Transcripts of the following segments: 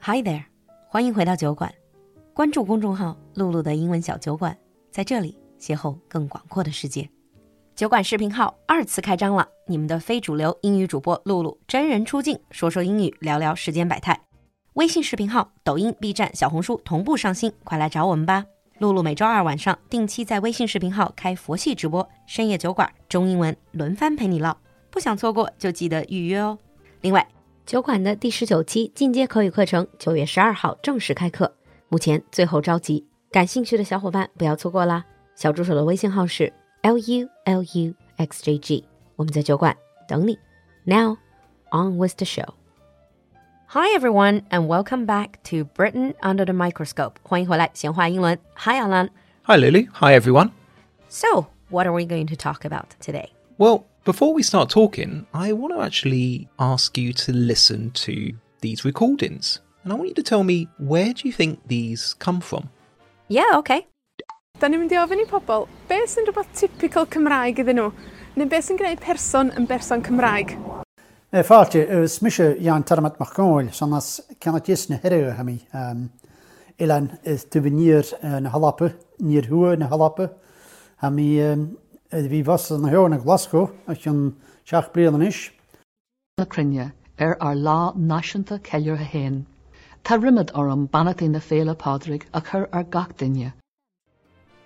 Hi there，欢迎回到酒馆，关注公众号“露露的英文小酒馆”，在这里邂逅更广阔的世界。酒馆视频号二次开张了，你们的非主流英语主播露露真人出镜，说说英语，聊聊世间百态。微信视频号、抖音、B 站、小红书同步上新，快来找我们吧！露露每周二晚上定期在微信视频号开佛系直播，深夜酒馆中英文轮番陪你唠，不想错过就记得预约哦。另外，酒馆的第十九期进阶口语课程九月十二号正式开课，目前最后召集，感兴趣的小伙伴不要错过啦！小助手的微信号是 l u l u x j g，我们在酒馆等你。Now on with the show. Hi everyone and welcome back to Britain under the microscope. 欢迎回来，闲话英伦。Hi Alan. Hi, Lily. Hi, everyone. So, what are we going to talk about today? Well, before we start talking, I want to actually ask you to listen to these recordings. And I want you to tell me where do you think these come from? Yeah, okay. Da ni'n mynd i ofyn i pobl, beth sy'n rhywbeth typical Cymraeg iddyn nhw? Neu beth sy'n gwneud person yn berson Cymraeg? E fáte gus mise an tarmat mar gáil sannas cena tíos na heireh haí Ian is tu níir na halappe, níor thua na halappe ha mí bhí was na heir na Glasgow a sin seach blian is. na crinne ar er ar lá náisinta ceir a héin. Tá rimid orm banatí na féle pádraig a chur ar gach duine.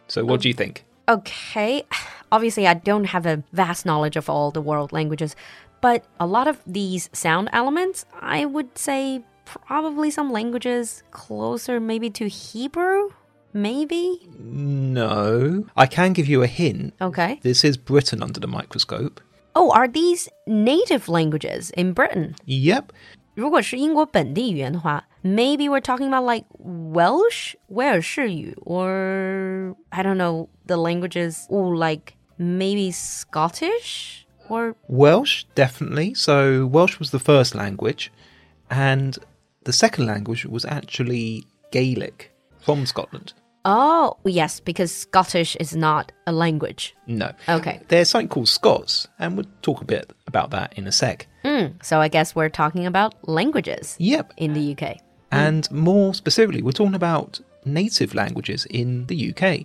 So, what do you think? Okay. Obviously, I don't have a vast knowledge of all the world languages, but a lot of these sound elements, I would say probably some languages closer maybe to Hebrew, maybe? No. I can give you a hint. Okay. This is Britain under the microscope. Oh, are these native languages in Britain? Yep. 如果是英国本地语言的话，maybe we're talking about like Welsh, 威尔士语, or I don't know the languages, or like maybe Scottish, or Welsh, definitely. So, Welsh was the first language, and the second language was actually Gaelic from Scotland. oh yes, because Scottish is not a language. No. Okay. There's something called Scots, and we'll talk a bit about that in a sec. So I guess we're talking about languages Yep. in the UK. And more specifically, we're talking about native languages in the UK.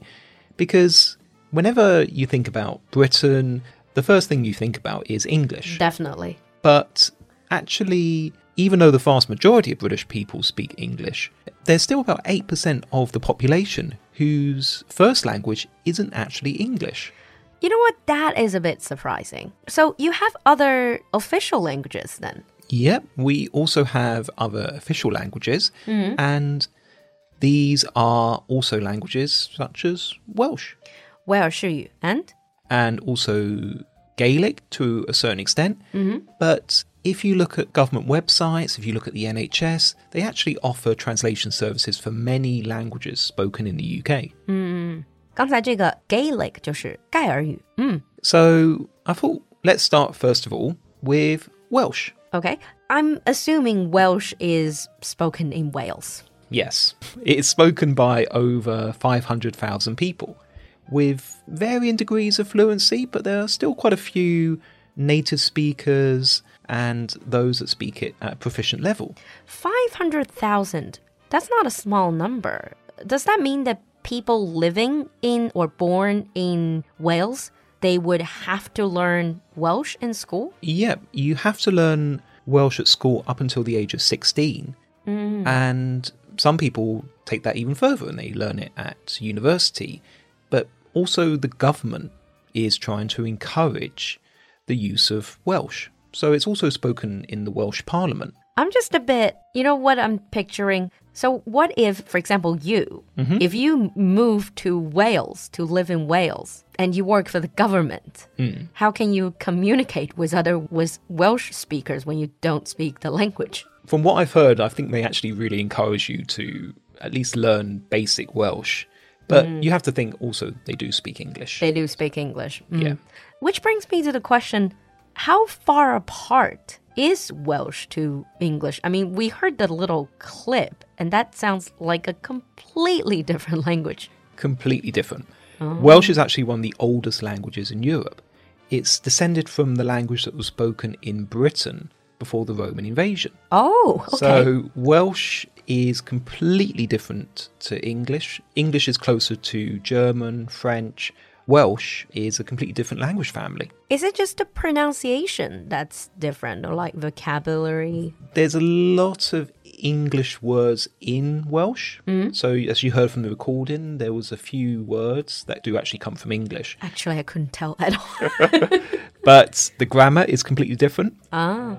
Because whenever you think about Britain, the first thing you think about is English. Definitely. But actually, even though the vast majority of British people speak English, there's still about 8% of the population whose first language isn't actually English. You know what? That is a bit surprising. So you have other official languages then? Yep, we also have other official languages, and these are also languages such as Welsh. 威尔士语 and and also Gaelic to a certain extent. But if you look at government websites, if you look at the NHS, they actually offer translation services for many languages spoken in the UK. 刚才这个 Gaelic 就是盖尔语。嗯 So I thought let's start first of all with Welsh. Okay. I'm assuming Welsh is spoken in Wales. Yes, it is spoken by over 500,000 people with varying degrees of fluency, but there are still quite a few native speakers and those that speak it at proficient level. 500,000. That's not a small number. Does that mean that people living in or born in Wales, they would have to learn Welsh in school? Yeah, you have to learn Welsh at school up until the age of 16. And some people take that even further and they learn it at university. But also, the government is trying to encourage the use of Welsh. So it's also spoken in the Welsh Parliament. I'm just a bit, you know what I'm picturing? So, what if, for example, you, if you move to Wales to live in Wales and you work for the government, how can you communicate with other with Welsh speakers when you don't speak the language? From what I've heard, I think they actually really encourage you to at least learn basic Welsh. But you have to think also they do speak English. They do speak English. Mm. Yeah. Which brings me to the question how far apart is Welsh to English? I mean, we heard the little clip, and that sounds like a completely different language. completely different. Welsh is actually one of the oldest languages in Europe. It's descended from the language that was spoken in Britain before the Roman invasion. Oh, okay. So Welsh is completely different to English. English is closer to German, French. Welsh is a completely different language family. Is it just the pronunciation that's different or like vocabulary? There's a lot of English words in Welsh. Mm. So, as you heard from the recording, there was a few words that do actually come from English, Actually, I couldn't tell at all. but the grammar is completely different. Um, ah,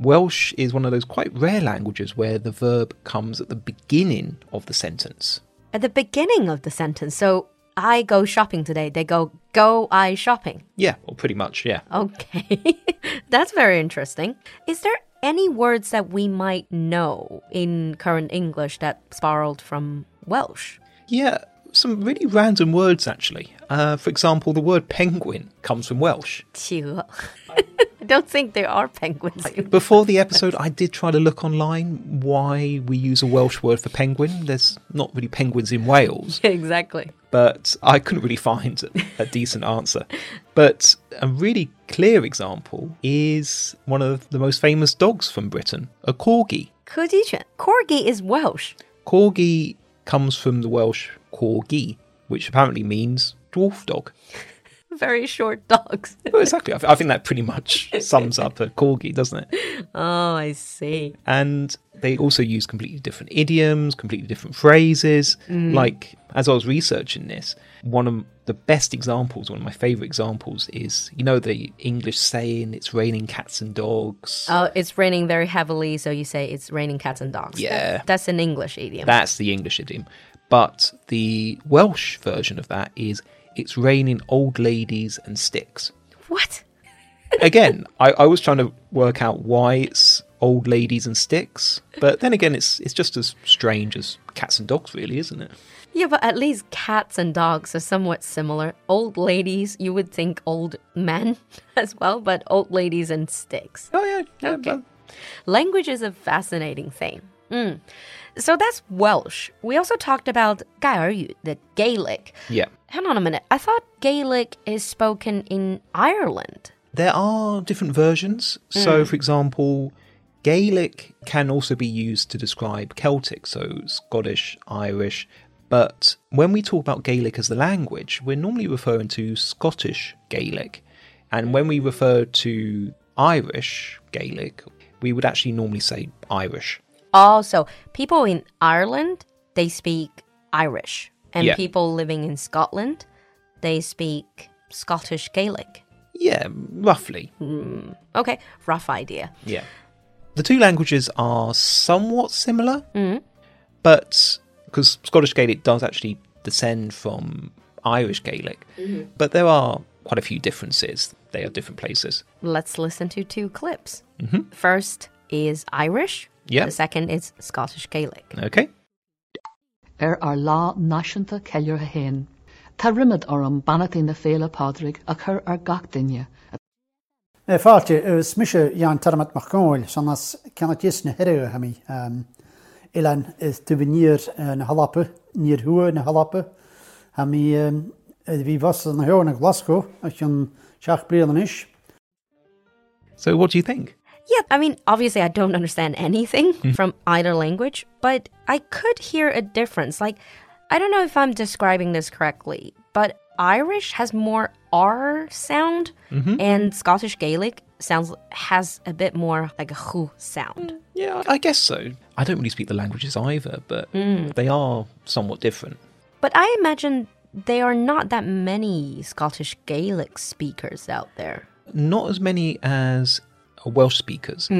Welsh is one of those quite rare languages where the verb comes at the beginning of the sentence. at the beginning of the sentence. So I go shopping today. They go, go I shopping. Yeah, or pretty much, yeah. Okay. That's very interesting. Is there any words that we might know in current English that spiraled from Welsh? Yeah, some really random words actually. Uh, for example, the word penguin comes from Welsh. Chihuahua. I don't think there are penguins. in- Before the episode, I did try to look online why we use a Welsh word for penguin. There's not really penguins in Wales, exactly. but I couldn't really find a, a decent answer. But a really clear example is one of the most famous dogs from Britain, a corgi. 柯基犬 Corgi is Welsh. Corgi comes from the Welsh corgi, which apparently means dwarf dog. Very short dogs. Well, exactly. I, th- I think that pretty much sums up a corgi, doesn't it? Oh, I see. And they also use completely different idioms, completely different phrases. Like, as I was researching this, one of the best examples, one of my favorite examples is, you know, the English saying, it's raining cats and dogs. Oh, it's raining very heavily, so you say it's raining cats and dogs. Yeah. That's an English idiom. That's the English idiom. But the Welsh version of that is, it's raining old ladies and sticks. what? again, I, I was trying to work out why it's old ladies and sticks, but then again, it's it's just as strange as cats and dogs, really, isn't it? Yeah, but at least cats and dogs are somewhat similar. Old ladies, you would think old men as well, but old ladies and sticks. Oh yeah, yeah Okay. but- Language is a fascinating thing. Mm. So that's Welsh. We also talked about Gaeryu, the Gaelic. yeah. Hang on a minute. I thought Gaelic is spoken in Ireland. There are different versions. So, for example, Gaelic can also be used to describe Celtic, so Scottish, Irish. But when we talk about Gaelic as the language, we're normally referring to Scottish Gaelic. And when we refer to Irish Gaelic, we would actually normally say Irish. Also, Oh, people in Ireland, they speak Irish. And Yeah. people living in Scotland, they speak Scottish Gaelic. Yeah, roughly. Okay, rough idea. Yeah. The two languages are somewhat similar, but because Scottish Gaelic does actually descend from Irish Gaelic, but there are quite a few differences. They are different places. Let's listen to two clips. Mm-hmm. First is Irish. Yeah. The second is Scottish Gaelic. Okay. Er ar lá náisinta ceir a héin. Tá rimid orm banatí na féle pádraig a chur ar gach duine E fáte smise jaan termat mar gáil sannas cennat jis na herre hemi. Ilan tu vi níir na halappe, níir hue na halappe. Ha mi vi was an heo na Glasgow a hun seach brielen is. So, what do you think? Yeah, I mean, obviously, I don't understand anything from either language, but I could hear a difference. Like, I don't know if I'm describing this correctly, but Irish has more R sound, and Scottish Gaelic sounds has a bit more like a who sound. Yeah, I guess so. I don't really speak the languages either, but they are somewhat different. But I imagine there are not that many Scottish Gaelic speakers out there. Not as many as Welsh speakers.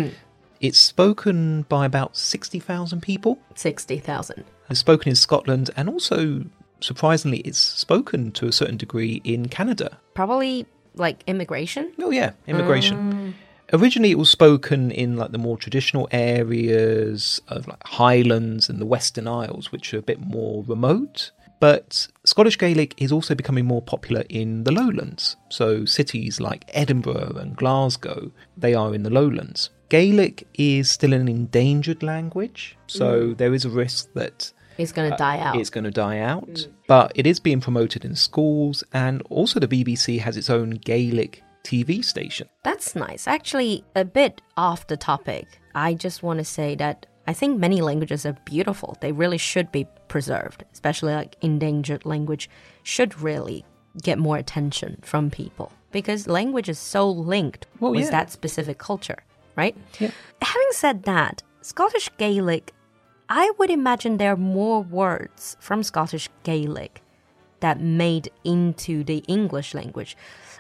It's spoken by about 60,000 people. 60,000. is spoken in Scotland and also surprisingly it's spoken to a certain degree in Canada. Probably like immigration? Oh yeah, immigration. Originally it was spoken in like the more traditional areas of like Highlands and the Western Isles which are a bit more remote. But Scottish Gaelic is also becoming more popular in the lowlands. So cities like Edinburgh and Glasgow, they are in the lowlands. Gaelic is still an endangered language, so there is a risk that It's going to die out. Uh, it's going to die out. But it is being promoted in schools, and also the BBC has its own Gaelic TV station. That's nice. Actually, a bit off the topic. I just want to say that I think many languages are beautiful. They really should be preserved, especially like endangered language should really get more attention from people because language is so linked Well, with yeah. that specific culture, right? Yeah. Having said that, Scottish Gaelic, I would imagine there are more words from Scottish Gaelic that made into the English language.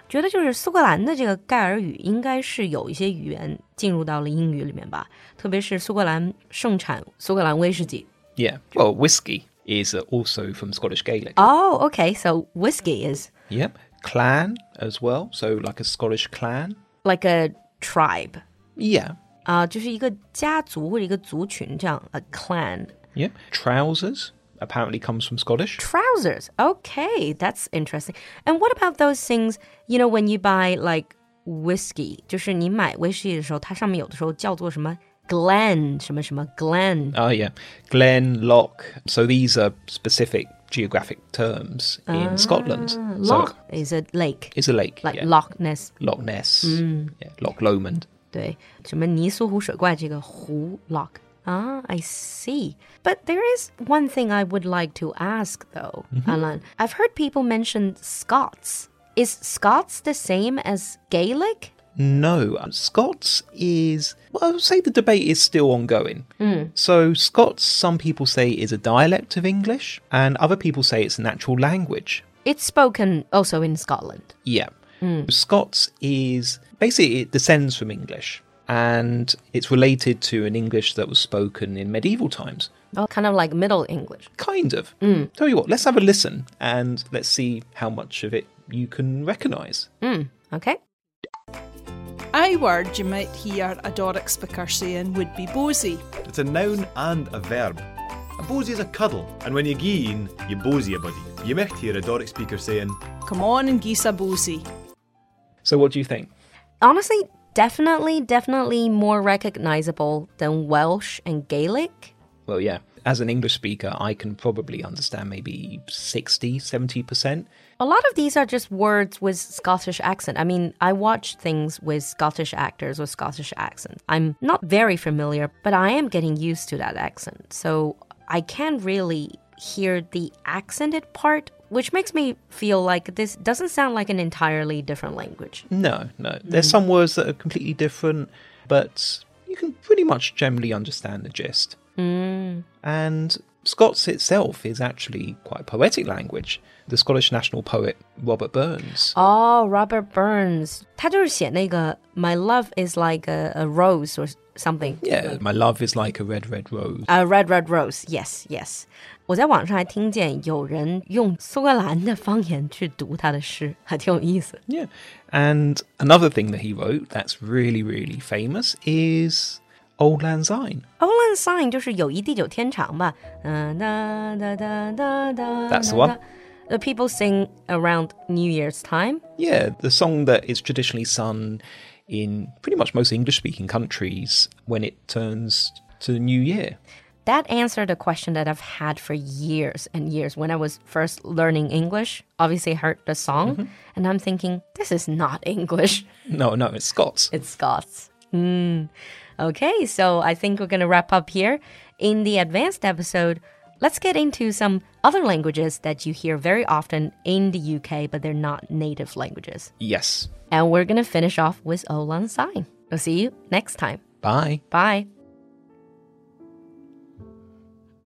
觉得就是苏格兰的这个盖尔语应该是有一些语言进入到了英语里面吧，特别是苏格兰盛产苏格兰威士忌。 Yeah. Well, whiskey is uh, also from Scottish Gaelic. Oh, okay, so whiskey is Yep. Clan as well. So, like a Scottish clan. like a tribe. Yeah. 啊、Uh, 就是一个家族或者一个族群这样，a clan。 Yep. Trousers apparently comes from Scottish. Trousers. Okay, that's interesting. And what about those things? You know, when you buy like whiskey，就是你买威士忌的时候，它上面有的时候叫做什么 Glen 什么什么 Glen。 Oh, yeah. Glen, Loch. So, these are specific geographic terms in Scotland. Ah, Loch So, is a lake, it's a lake. like yeah. Loch Mm. Ness. Loch Ness. Yeah. Loch Lomond. 对，什么尼苏湖水怪这个湖 lock 啊、i see. But there is one thing I would like to ask though, Alan. I've heard people mention Scots. Is Scots the same as Gaelic? No, um, Scots is. Well, I would say the debate is still ongoing. So, Scots, some people say, is a dialect of English, and other people say it's a natural language. It's spoken also in Scotland. Yeah. Scots is basically it descends from English and it's related to an English that was spoken in medieval times. Oh, kind of like Middle English. Kind of. Tell you what, let's have a listen and let's see how much of it you can recognise. Mm, Okay? I word you might hear a Doric speaker saying would be bozy. It's a noun and a verb. A bozy is a cuddle, and when you geen, you bozy a buddy. You might hear a Doric speaker saying, Come on and geese a bozy. So, what do you think? Honestly, definitely, definitely more recognizable than Welsh and Gaelic. Well, yeah, as an English speaker, I can probably understand maybe 60, 70%. A lot of these are just words with Scottish accent. I mean, I watch things with Scottish actors with Scottish accent. I'm not very familiar, but I am getting used to that accent. So I can really hear the accented part, which makes me feel like this doesn't sound like an entirely different language. No, no. There's some words that are completely different, but you can pretty much generally understand the gist. And Scots itself is actually quite a poetic language. The Scottish national poet Robert Burns. Oh, Robert Burns. 他就是写那个 My Love is like a, a rose or something. Yeah, my love is like a red, red rose. 啊、r e d Red Rose, yes, yes。我在网上还听见有人用苏格兰的方言去读他的诗，还挺有意思。 Yeah. And another thing that he wrote that's really, really famous is Old Lang Syne. Olan Sign 就是友谊地久天长吧，嗯哒哒哒哒哒。 That's the one. The people sing around New Year's time. Yeah, the song that is traditionally sung in pretty much most English speaking countries when it turns to the new year. That answered a question that I've had for years and years. When I was first learning English, obviously I heard the song, and I'm thinking, this is not English. No, no, it's Scots. It's Scots. Hmm. Okay, so I think we're going to wrap up here. In the advanced episode, let's get into some other languages that you hear very often in the UK, but they're not native languages. Yes. And we're going to finish off with Olan Sign. We'll see you next time. Bye. Bye.